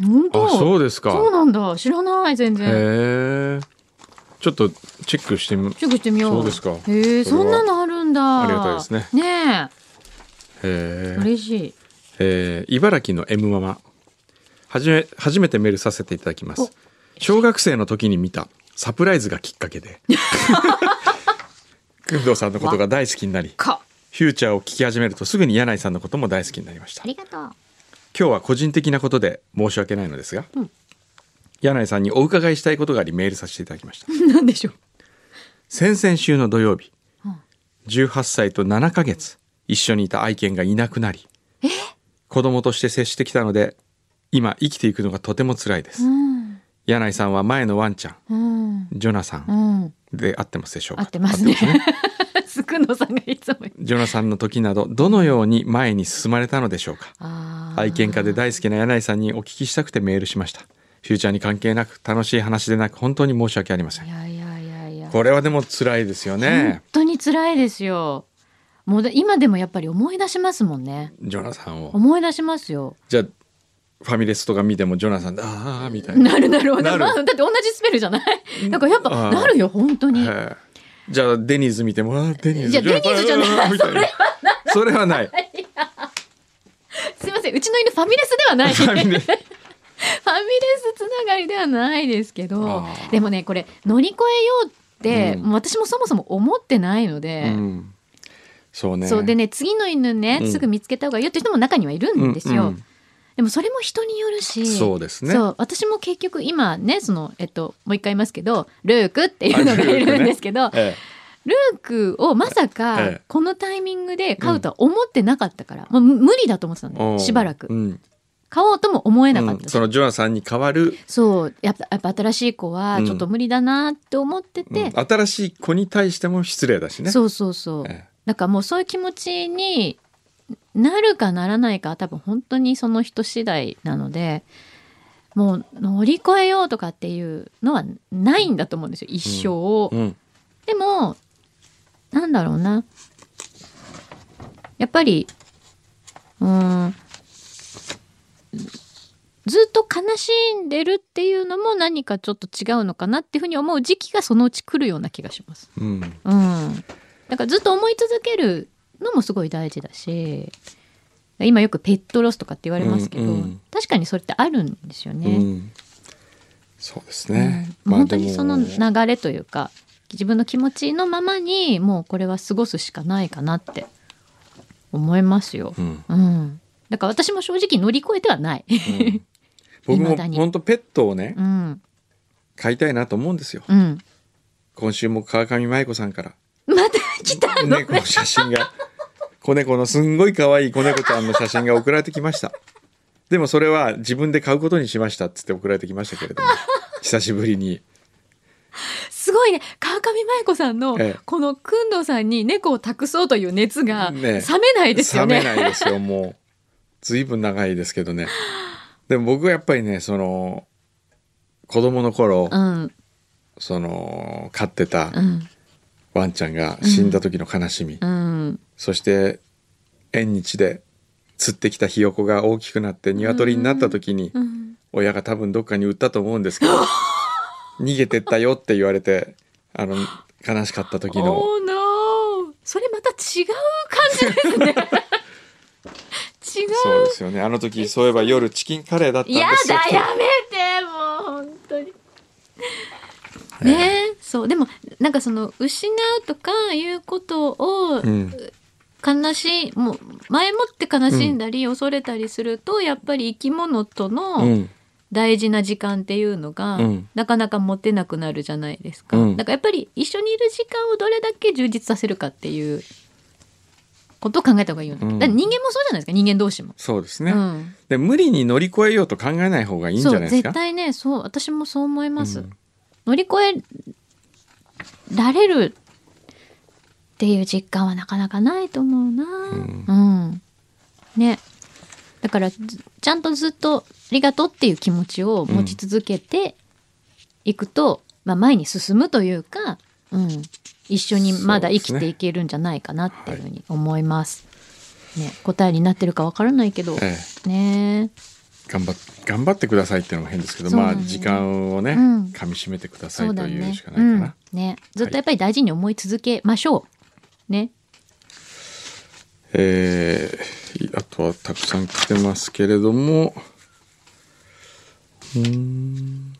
S2: 本当
S1: あそうですか
S2: そうなんだ知らない全然
S1: へえちょっとチェックしてみ
S2: チェックしてみよう。
S1: そうですか
S2: へえ、
S1: それは
S2: そんなのあるんだ。
S1: ありがたいですね
S2: ねえ、
S1: えー
S2: 嬉しい。
S1: えー茨城の M ママはじめ初めてメールさせていただきます小学生の時に見たサプライズがきっかけで工藤さんのことが大好きになり
S2: か。
S1: フューチャーを聞き始めるとすぐに柳井さんのことも大好きになりました
S2: ありがとう。
S1: 今日は個人的なことで申し訳ないのですが、柳井さんにお伺いしたいことがありメールさせていただきました
S2: なんでしょう。
S1: 先々週の土曜日
S2: うん
S1: 18歳と7ヶ月一緒にいた愛犬がいなくなり子供として接してきたので今生きていくのがとても辛いです、
S2: うん。
S1: 柳井さんは前のワンちゃん
S2: うん。
S1: ジョナさん
S2: うん。
S1: で合ってますでしょうか
S2: 合ってますね。 すくのさんがいつも言う。
S1: ジョナさんの時などどのように前に進まれたのでしょうか
S2: あー
S1: 愛犬家で大好きな柳井さんにお聞きしたくてメールしましたフューチャーに関係なく楽しい話でなく本当に申し訳ありませ
S2: い
S1: ん
S2: やいやいやいや。
S1: これはでも辛いですよ
S2: 本
S1: ね
S2: 当に辛いですよ。もうで今でもやっぱり思い出しますもんね。
S1: ジョナさんを
S2: 思い出しますよ。
S1: じゃあファミレスとか見てもジョナさんでああみたいな
S2: なるなる
S1: なる
S2: まあだって同じスペルじゃない。だからやっぱ
S1: あー
S2: なるよ本当に。
S1: はいじゃあデニーズ見てもあーデニーズ
S2: じゃあデニーズじゃない
S1: いなそれはない
S2: すいませんうちの犬ファミレスで はない。
S1: ファミレス
S2: ファミレスつながりではないですけど
S1: あー
S2: でもねこれ乗り越えようって、
S1: うん
S2: もう私もそもそも思ってないの
S1: う
S2: で、
S1: んそうね
S2: そうでね次の犬ね、
S1: うん
S2: すぐ見つけた方がいいよって人も中にはいるんですよ、
S1: うん
S2: でもそれも人によるし
S1: そうですね
S2: そう私も結局今ねその、えっと、もう一回言いますけどルークっていうのがいるんですけど、
S1: え
S2: ルークをまさ
S1: え
S2: か
S1: え
S2: このタイミングで飼うとは思ってなかったから、もう無理だと思ってたん
S1: え
S2: でしばら
S1: う
S2: く
S1: ん
S2: 飼おうとも思えな
S1: う
S2: かっ
S1: ん
S2: たし、
S1: そのジョナさんに代わる
S2: そうやっぱやっぱ新しい子は
S1: うん
S2: ちょっと無理だなって思って
S1: う
S2: て
S1: ん、新しい子に対しても失礼だしね
S2: そうそうそう、
S1: ええ
S2: なんかもうそういう気持ちになるかならないかは多分本当にその人次第なのでもう乗り越えようとかっていうのはないんだと思うんですよ一生を、
S1: うん
S2: でもなんだろうなやっぱりうーんずっと悲しんでるっていうのも何かちょっと違うのかなっていうふうに思う時期がそのうち来るような気がします。
S1: うん
S2: うん、だからずっと思い続けるのもすごい大事だし今よくペットロスとかって言われますけど、
S1: うんうん
S2: 確かにそれってあるんですよ
S1: う
S2: ね。
S1: ん、そうですね、
S2: うん本当に
S1: でも
S2: その流れというか自分の気持ちのままにもうこれは過ごすしかないかなって思いますよ。
S1: うん
S2: うん、だから私も正直乗り越えてはない。
S1: うん僕も
S2: 未だに
S1: 本当ペットをね
S2: うん、
S1: 飼いたいなと思うんですよ
S2: うん、
S1: 今週も川上舞子さんから
S2: また来たの、
S1: 猫の写真が子猫のすんごい可愛い子猫ちゃんの写真が送られてきましたでもそれは自分で買うことにしましたっつって送られてきましたけれども久しぶりに
S2: すごいね川上舞子さんの
S1: ええ
S2: この工藤さんに猫を託そうという熱が
S1: ね
S2: 冷めないですよ
S1: 冷
S2: ね。
S1: めないですよもう随分長いですけどねでも僕はやっぱりねその子供の頃、
S2: うん
S1: その飼ってた
S2: うん
S1: ワンちゃんが死んだ時の悲しみ、
S2: うん
S1: そして縁日で釣ってきたひよこが大きくなって鶏になった時に
S2: うん
S1: 親が多分どっかに売ったと思うん ですけど逃げてったよって言われてあの悲しかった時の
S2: Oh no それまた違う 感じですね違う
S1: そうですよねあの時そういえば夜チキンカレーだったんで
S2: や
S1: すよ
S2: だやめてもう本当にねえそうでもなんかその失うとかいうことを
S1: うん
S2: 悲しいもう前もって悲しんだり恐れたりするとやっぱり生き物と
S1: う
S2: の
S1: ん
S2: 大事な時間っていうのが
S1: うん
S2: なかなか持てなくなるじゃないですか、
S1: うん
S2: だからやっぱり一緒にいる時間をどれだけ充実させるかっていうことを考えた方がいいよね、
S1: うん
S2: だから人間もそうじゃないですか人間同士も。
S1: そうですね、
S2: うん
S1: で無理に乗り越えようと考えない方がいいんじゃない
S2: そ
S1: で
S2: う
S1: すか
S2: 絶対ねそう私もそう思います、
S1: うん
S2: 乗り越えられるっていう実感はなかなかないと思うなうん、ねだからずちゃんとずっと「ありがとう」っていう気持ちを持ち続けていくと、まあ、前に進むというか、うん、一緒にまだ生きていけるんじゃないかなっていうふうに思います。ね、答えになってるかわからないけど、
S1: え
S2: ねえ
S1: 頑張っ頑張ってくださいっていうのも変ですけど、
S2: そう
S1: ま
S2: な
S1: あ
S2: んだよね
S1: 時間をね、
S2: うん
S1: 噛み締めてくださ
S2: そう
S1: いと
S2: だ
S1: いう
S2: ね
S1: しかないうかな。
S2: んねずっとやっぱり大事に思い続けましょうね
S1: えーあとはたくさん来てますけれどもうーん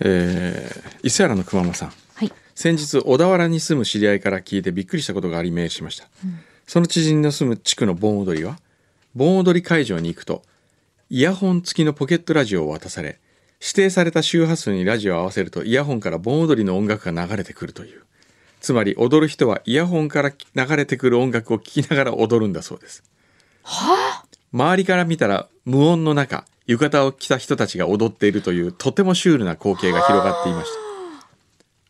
S1: えー伊勢原のくままさん
S2: はい
S1: 先日小田原に住む知り合いから聞いてびっくりしたことがありメールしました、その知人の住む地区の盆踊りは盆踊り会場に行くとイヤホン付きのポケットラジオを渡され指定された周波数にラジオを合わせるとイヤホンから盆踊りの音楽が流れてくるというつまり踊る人はイヤホンから流れてくる音楽を聴きながら踊るんだそうです周りから見たら無音の中浴衣を着た人たちが踊っているというとてもシュールな光景が広がっていました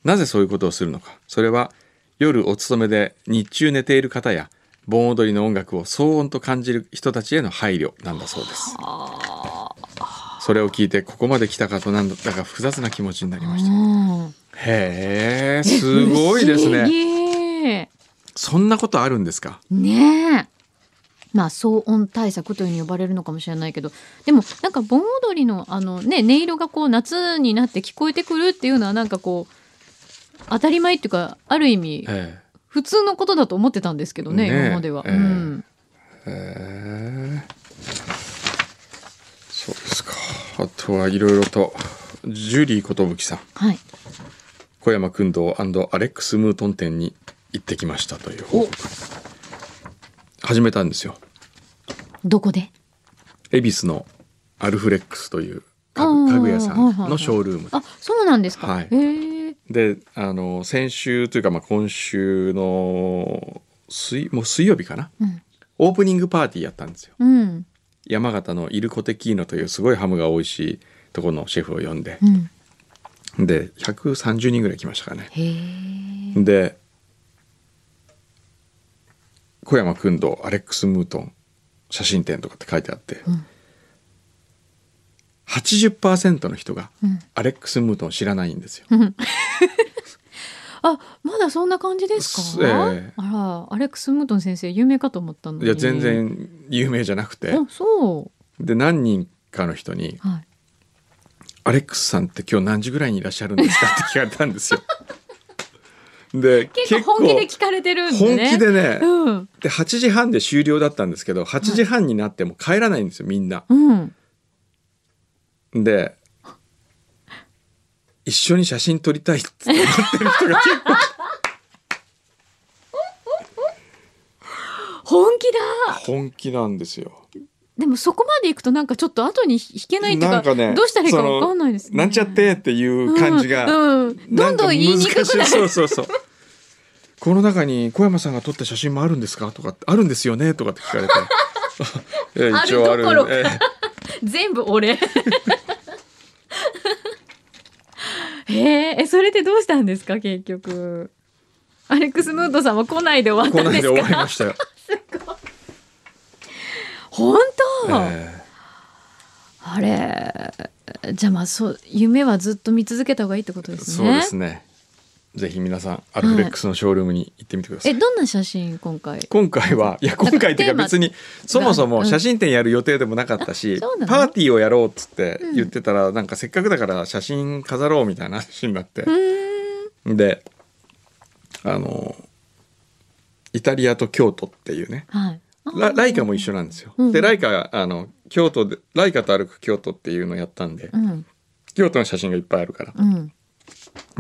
S1: なぜそういうことをするのかそれは夜お勤めで日中寝ている方や盆踊りの音楽を騒音と感じる人たちへの配慮なんだそうですそれを聞いてここまで来たかとなんだか複雑な気持ちになりました
S2: うん
S1: へえすごいです
S2: 不思
S1: ね
S2: 議
S1: そんなことあるんですか
S2: ねえまあ騒音対策というふうに呼ばれるのかもしれないけどでもなんか盆踊りのあの、ね、音色がこう夏になって聞こえてくるっていうのはなんかこう当たり前っていうかある意味
S1: え
S2: 普通のことだと思ってたんですけどね
S1: ねえ
S2: 今までは、
S1: ええ
S2: うん、
S1: えへえそうですかあとはいろいろとジュリー寿さん
S2: はい
S1: 小山君堂アレックス・ムートン店に行ってきましたという報告始めたんですよ
S2: どこで
S1: 恵比寿のアルフレックスという家
S2: あ
S1: 具
S2: ー
S1: 家具屋さ
S2: はいはいは
S1: ん
S2: い
S1: のショールーム
S2: あそうなんですか、
S1: はい
S2: へえ
S1: であの先週というかまあ今週の水もう水曜日かな
S2: うん
S1: オープニングパーティーやったんですよ
S2: うん
S1: 山形のイルコテキーノというすごいハムが美味しいところのシェフを呼んで
S2: うん
S1: で130人ぐらい来ましたからね
S2: へえ
S1: で小山君堂アレックス・ムートン写真展とかって書いてあって、
S2: うん
S1: 80%の人が
S2: うん
S1: アレックス・ムートンを知らないんですよ。
S2: あまだそんな感じですか、
S1: ええ
S2: あらアレックス・ムートン先生有名かと思ったのに
S1: いや全然有名じゃなくて、
S2: あそ
S1: で何人かの人に
S2: うはい
S1: 「アレックスさんって今日何時ぐらいにいらっしゃるんですか?」って聞かれたん ですよ。で
S2: 結構本気で聞かれてるん
S1: 結
S2: で
S1: 構
S2: ね
S1: 本気でね
S2: うん
S1: で8時半で終了だったんですけど8時半になっても帰らないんですよみんな。
S2: うん
S1: で一緒に写真撮りたいって思っ てる人が結構
S2: 本気だ
S1: 本気なんですよ。
S2: でもそこまで行くとなんかちょっと後に引けないっていうか
S1: なんかね
S2: どうしたらいいかわかんないです
S1: そ
S2: ね
S1: のなんちゃってっていう感じが、
S2: うんうんどんどん言いにくく
S1: な
S2: な
S1: か難
S2: ん
S1: しい
S2: る
S1: そうそうそう。この中に小山さんが撮った写真もあるんですかとかってあるんですよねとかって聞 かれてええ。
S2: あるどころか
S1: ええ
S2: 全部俺 へええそれでどうしたんですか結局アレックス・ムートさんは来ないで終わ
S1: こ
S2: っ
S1: の
S2: た
S1: 間
S2: ん
S1: で
S2: で
S1: す終わりま
S2: か
S1: したよ。
S2: 本当、
S1: え
S2: あれじゃあまあそう夢はずっと見続けた方がいいってこと
S1: え
S2: です
S1: そ
S2: ね
S1: うですね。ぜひ皆さんアルフレックスのショールームに行ってみてください。
S2: えどんな写真今回
S1: 今回はいや今回っていうか
S2: なんかテーマ
S1: 別にそもそも写真展やる予定でもなかった
S2: うん
S1: し
S2: あそうなの
S1: パーティーをやろうっつって言ってたらなんかせっかくだから写真飾ろうみたいな話になってであのイタリアと京都っていうね
S2: はい
S1: ラライカも一緒なんですよ。
S2: うん
S1: でライカがあの京都でライカと歩く京都っていうのをやったんで
S2: うん
S1: 京都の写真がいっぱいあるから
S2: うん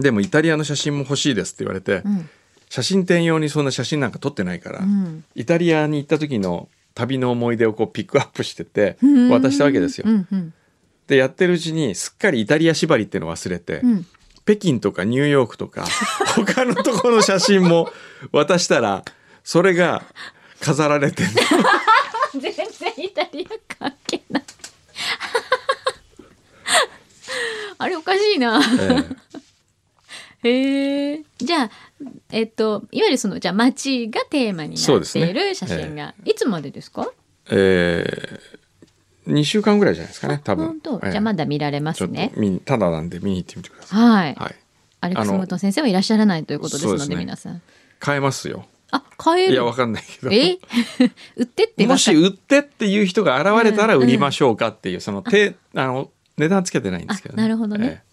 S1: でもイタリアの写真も欲しいですって言われて
S2: うん
S1: 写真展用にそんな写真なんか撮ってないから。
S2: うん
S1: イタリアに行った時の旅の思い出をこうピックアップしてて
S2: うん
S1: 渡したわけですよ。
S2: うんうん
S1: でやってるうちにすっかりイタリア縛りっていうのを忘れて、
S2: うん
S1: 北京とかニューヨークとか 他のところの写真も渡したらそれが飾られてる
S2: 全然イタリア関係ない あれおかしいな
S1: ええ
S2: へえじゃあえっといわゆるそのじゃあ街がテーマに
S1: そう
S2: な
S1: で
S2: っ
S1: す
S2: てい
S1: ね
S2: る写真が、いつまでですか
S1: えー、2週間ぐらいじゃないですかね多分
S2: 本。当、
S1: ええ
S2: じゃあまだ見られま
S1: ちょ
S2: す
S1: っと
S2: ね
S1: 見にただなんで見に行ってみてください。
S2: はい、
S1: はい、
S2: アレックス・
S1: あの
S2: ムートン先生はいらっしゃらないということですの
S1: そう
S2: で
S1: ですね
S2: 皆さん
S1: 買えますよ。
S2: あ買買え
S1: いや
S2: る
S1: わかんないけど
S2: え 売ってってば
S1: も
S2: っか
S1: し
S2: り
S1: 売ってっていう人が現れたら売りましょうかっていう、その手あの値段つけてないんですけど、
S2: あなるほどね
S1: ええ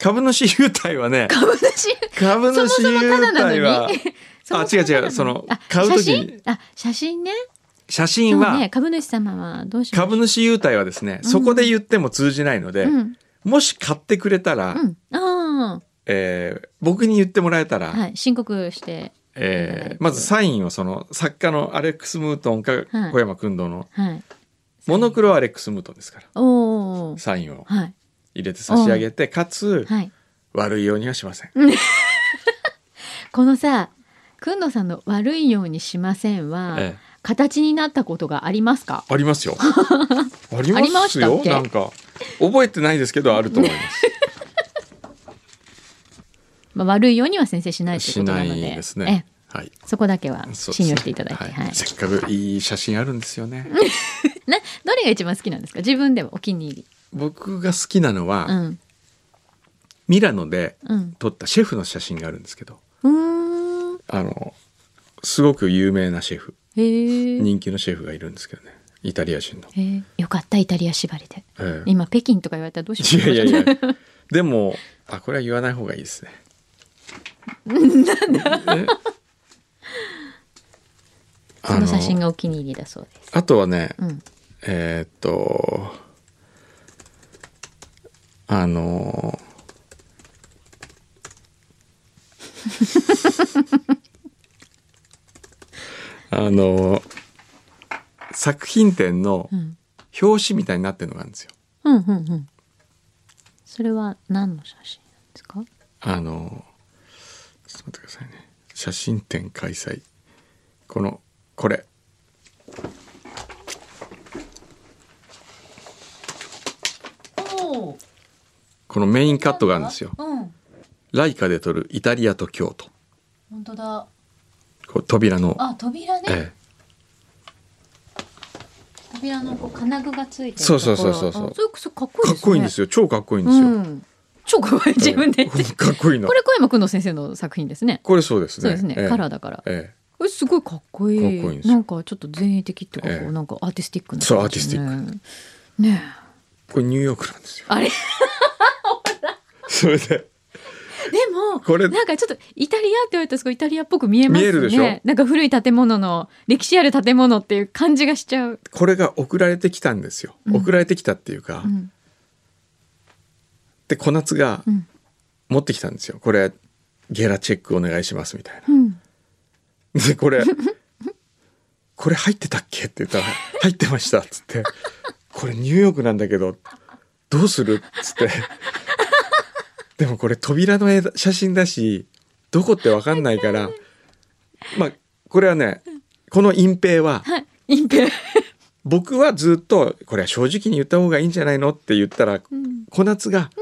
S1: 株主優待はね
S2: 株主
S1: 株
S2: そも
S1: 主
S2: そも
S1: 優
S2: ただなの
S1: 待
S2: に
S1: は
S2: そもそも
S1: あ違う違う
S2: ただなに
S1: その
S2: あ
S1: 買う時
S2: 写
S1: に
S2: 真あ写真ね
S1: 写
S2: そ
S1: 真
S2: う
S1: は、
S2: ね株主様はどうしましょう
S1: 株主優待はですね、そこで言っても通じないので、
S2: うん
S1: もし買ってくれたら、
S2: うんあ
S1: えー僕に言ってもらえたら、
S2: あはい申告していただい
S1: えー
S2: て
S1: まずサインをその作家のアレックス・ムートンか
S2: はい
S1: 小山君堂の、
S2: はい
S1: モノクロアレックス・ムートンですから
S2: おー
S1: サインを
S2: はい
S1: 入れて差し上げてかつ、
S2: はい
S1: 悪いようにはしません。
S2: このさくんどさんの悪いようにしませんは、
S1: ええ
S2: 形になったことがありますか
S1: あり ますよ。あり
S2: あり
S1: ま
S2: まし
S1: す
S2: たっ
S1: よ。
S2: け
S1: なんか覚えてないですけどあると思います。
S2: まあ、悪いよう には先生しないという
S1: し
S2: ことな
S1: な
S2: ので
S1: いです
S2: ええ
S1: ね。はい。
S2: そこだけは
S1: そうです
S2: 信
S1: ね
S2: 用していただいて、
S1: はい
S2: はい
S1: せっかくいい写真あるんですよね。
S2: などれが一番好きなんですか自分でもお気に入り
S1: 僕が好きなのは、
S2: うん
S1: ミラノで
S2: うん
S1: 撮ったシェフの写真があるんですけど、
S2: うーん
S1: あのすごく有名なシェフ、
S2: へえ
S1: 人気のシェフがいるんですけどね。イタリア人の。
S2: へえよかったイタリア縛りで
S1: ええ
S2: 今北京とか言われたらどうし
S1: い
S2: よう
S1: やいやい
S2: や
S1: や。 でもあこれは言わない方がいいですね。なんだ。
S2: その写真
S1: あの
S2: がお気に入りだそうです
S1: あとはね、
S2: うん
S1: えーっとあ のあの作品展の
S2: うん
S1: 表紙みたいになってるのがあるんですよ。
S2: うんうんうんそれは何の写真なんですか
S1: あのちょっと待ってくださいね写真展開催このこれ
S2: おお
S1: このメインカットがあるんですよ
S2: うん
S1: ライカで撮るイタリアと京都
S2: 本当だ
S1: こう扉の、
S2: あ扉ね、
S1: ええ
S2: 扉のこう金具がついてる
S1: そうそうそうそう
S2: ところあそれかっこいい
S1: か
S2: で
S1: っ
S2: すね
S1: こいいんですよ超かっこいいんですよ、
S2: うん、超かわいい自分で言って
S1: かっこいいの
S2: これ小山君の先生の作品ですね
S1: これそうですね
S2: そうですね、
S1: ええ
S2: カラーだから
S1: え
S2: これすごいかっこいい
S1: かっこいいんですよ
S2: なんかちょっと前衛的っていうかこう、
S1: ええ
S2: なんかアーティスティックな
S1: そう
S2: 感じね
S1: アー
S2: ねえ
S1: えこれニューヨークなんですよ
S2: あれ
S1: それで
S2: でも
S1: これ
S2: なんかちょっとイタリアって言われたらすごいイタリアっぽく見えますね
S1: 見えるでしょ
S2: なんか古い建物の歴史ある建物っていう感じがしちゃう、
S1: これが送られてきたんですよ、
S2: うん
S1: 送られてきたっていうか、
S2: うん
S1: で小夏が
S2: うん
S1: 持ってきたんですよこれゲラチェックお願いしますみたいな
S2: うん、
S1: でこれ「これ入ってたっけ?」って言ったら「入ってました」っつって「これニューヨークなんだけどどうする?」っつって「でもこれ扉の絵だ写真だしどこって分かんないからまあこれはねこの隠蔽は
S2: はい隠蔽、
S1: 僕はずっとこれは正直に言った方がいいんじゃないのって言ったら
S2: うん、
S1: 小夏が「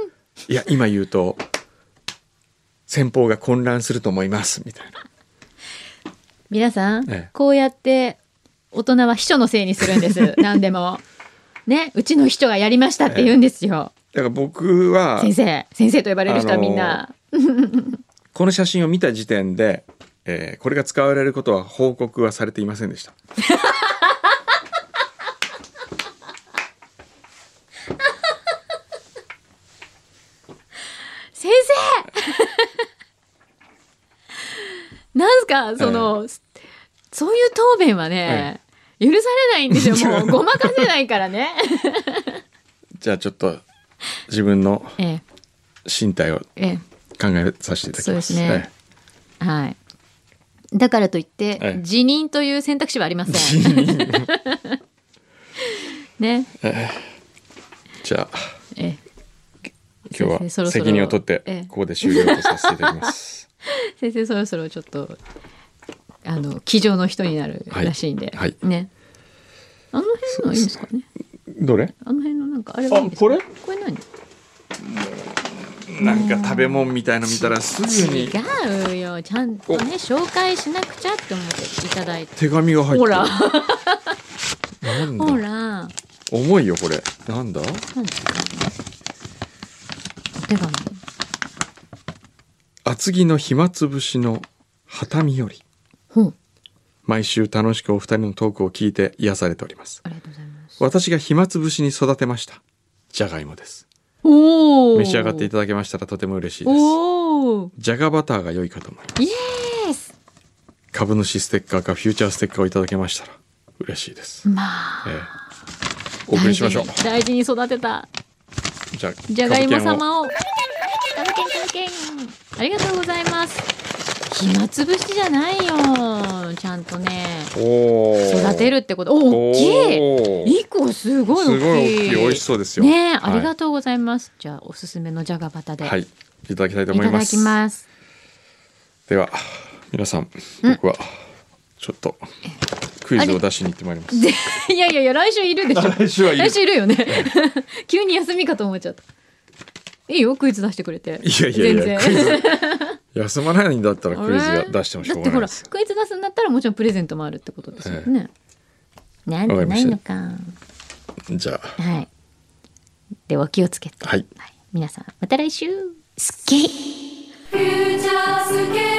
S1: いや今言うと先方が混乱すると思います」みたいな。
S2: 皆さん、
S1: ええ
S2: こうやって大人は秘書のせいにするんです 何でもねうちの秘書がやりましたって言うんですよ、
S1: だから僕は
S2: 先生先生と呼ばれる人はみんな、
S1: この写真を見た時点で、えーこれが使われることは報告はされていませんでした。
S2: 先生なんすかその、そういう答弁はね、許されないんで すよもうごまかせないからね
S1: じゃあちょっと自分の
S2: ええ
S1: 身体を
S2: ええ
S1: 考えさせていただきます。
S2: そうですねはい。だからといって、
S1: ええ
S2: 辞任という選択肢はありません。ね、
S1: え えじゃあ
S2: ええ
S1: 今
S2: 先生
S1: 日
S2: そ
S1: は
S2: ろそろ
S1: 責任を取って
S2: ええ
S1: ここで終了とさせていただきます。
S2: 先生そろそろちょっとあの気丈の人になるらしいんで、
S1: はいはい
S2: ね。あの辺のいいんですかね。
S1: どれ？
S2: あの辺のなんかあれはいいんですか、
S1: あこれ
S2: これ何？
S1: なんか食べ物みたいの見たらすぐに
S2: 違うよ。ちゃんとね紹介しなくちゃって思っていただいて。
S1: 手紙が入って
S2: ほ
S1: る。
S2: ら
S1: なん
S2: ほ
S1: だ。
S2: ら。
S1: 重いよこれ。なんだ？
S2: なんですかお手紙。
S1: 厚木の暇つぶしの旗見より
S2: ほう
S1: 毎週楽しくお二人のトークを聞いて癒されております
S2: ありがとうございます
S1: 私が暇つぶしに育てましたじゃがいもです
S2: おお
S1: 召し上がっていただけましたらとても嬉しいです
S2: おお
S1: じゃがバターが良いかと思います
S2: イエース
S1: 株主ステッカーかフューチャーステッカーをいただけましたら嬉しいです、
S2: まあ
S1: ええお送りしましょう
S2: 大事に大事に育てた
S1: じゃあ
S2: じゃがいも
S1: 株券を
S2: 様をカムケンカムケンありがとうございます暇つぶしじゃないよちゃんとね
S1: おー
S2: 育てるってことお大き
S1: おー
S2: い一個すごい
S1: す
S2: 大き
S1: ごい大きい
S2: い
S1: 美味しそうですよ
S2: ねえ、
S1: はい
S2: ありがとうございますじゃあおすすめのじゃがバタで、
S1: はい
S2: い、
S1: いただきたいと思い
S2: た
S1: ま
S2: だ
S1: す
S2: きます
S1: では皆さん僕はちょっとクイズを出しに行ってまいります
S2: でいやいやいや来週いるでし ょ
S1: 来週はいる
S2: 来週いるよね 急に休みかと思っちゃったいいよクイズ出してくれて
S1: いやいやいや
S2: 全
S1: クイ
S2: 然
S1: ズ休まないんだったらクイズ
S2: あ
S1: が
S2: れ
S1: 出してもしょう
S2: だっ
S1: が
S2: て
S1: ないで
S2: ほら
S1: す
S2: クイズ出すんだったらもちろんプレゼントもあるってことですよね、な
S1: わ
S2: ん
S1: か
S2: で
S1: りま
S2: な
S1: し
S2: い
S1: た
S2: のか
S1: じゃあ
S2: はいでは気をつけて
S1: はい
S2: 皆さんまた来週好き
S4: フューチャースケープ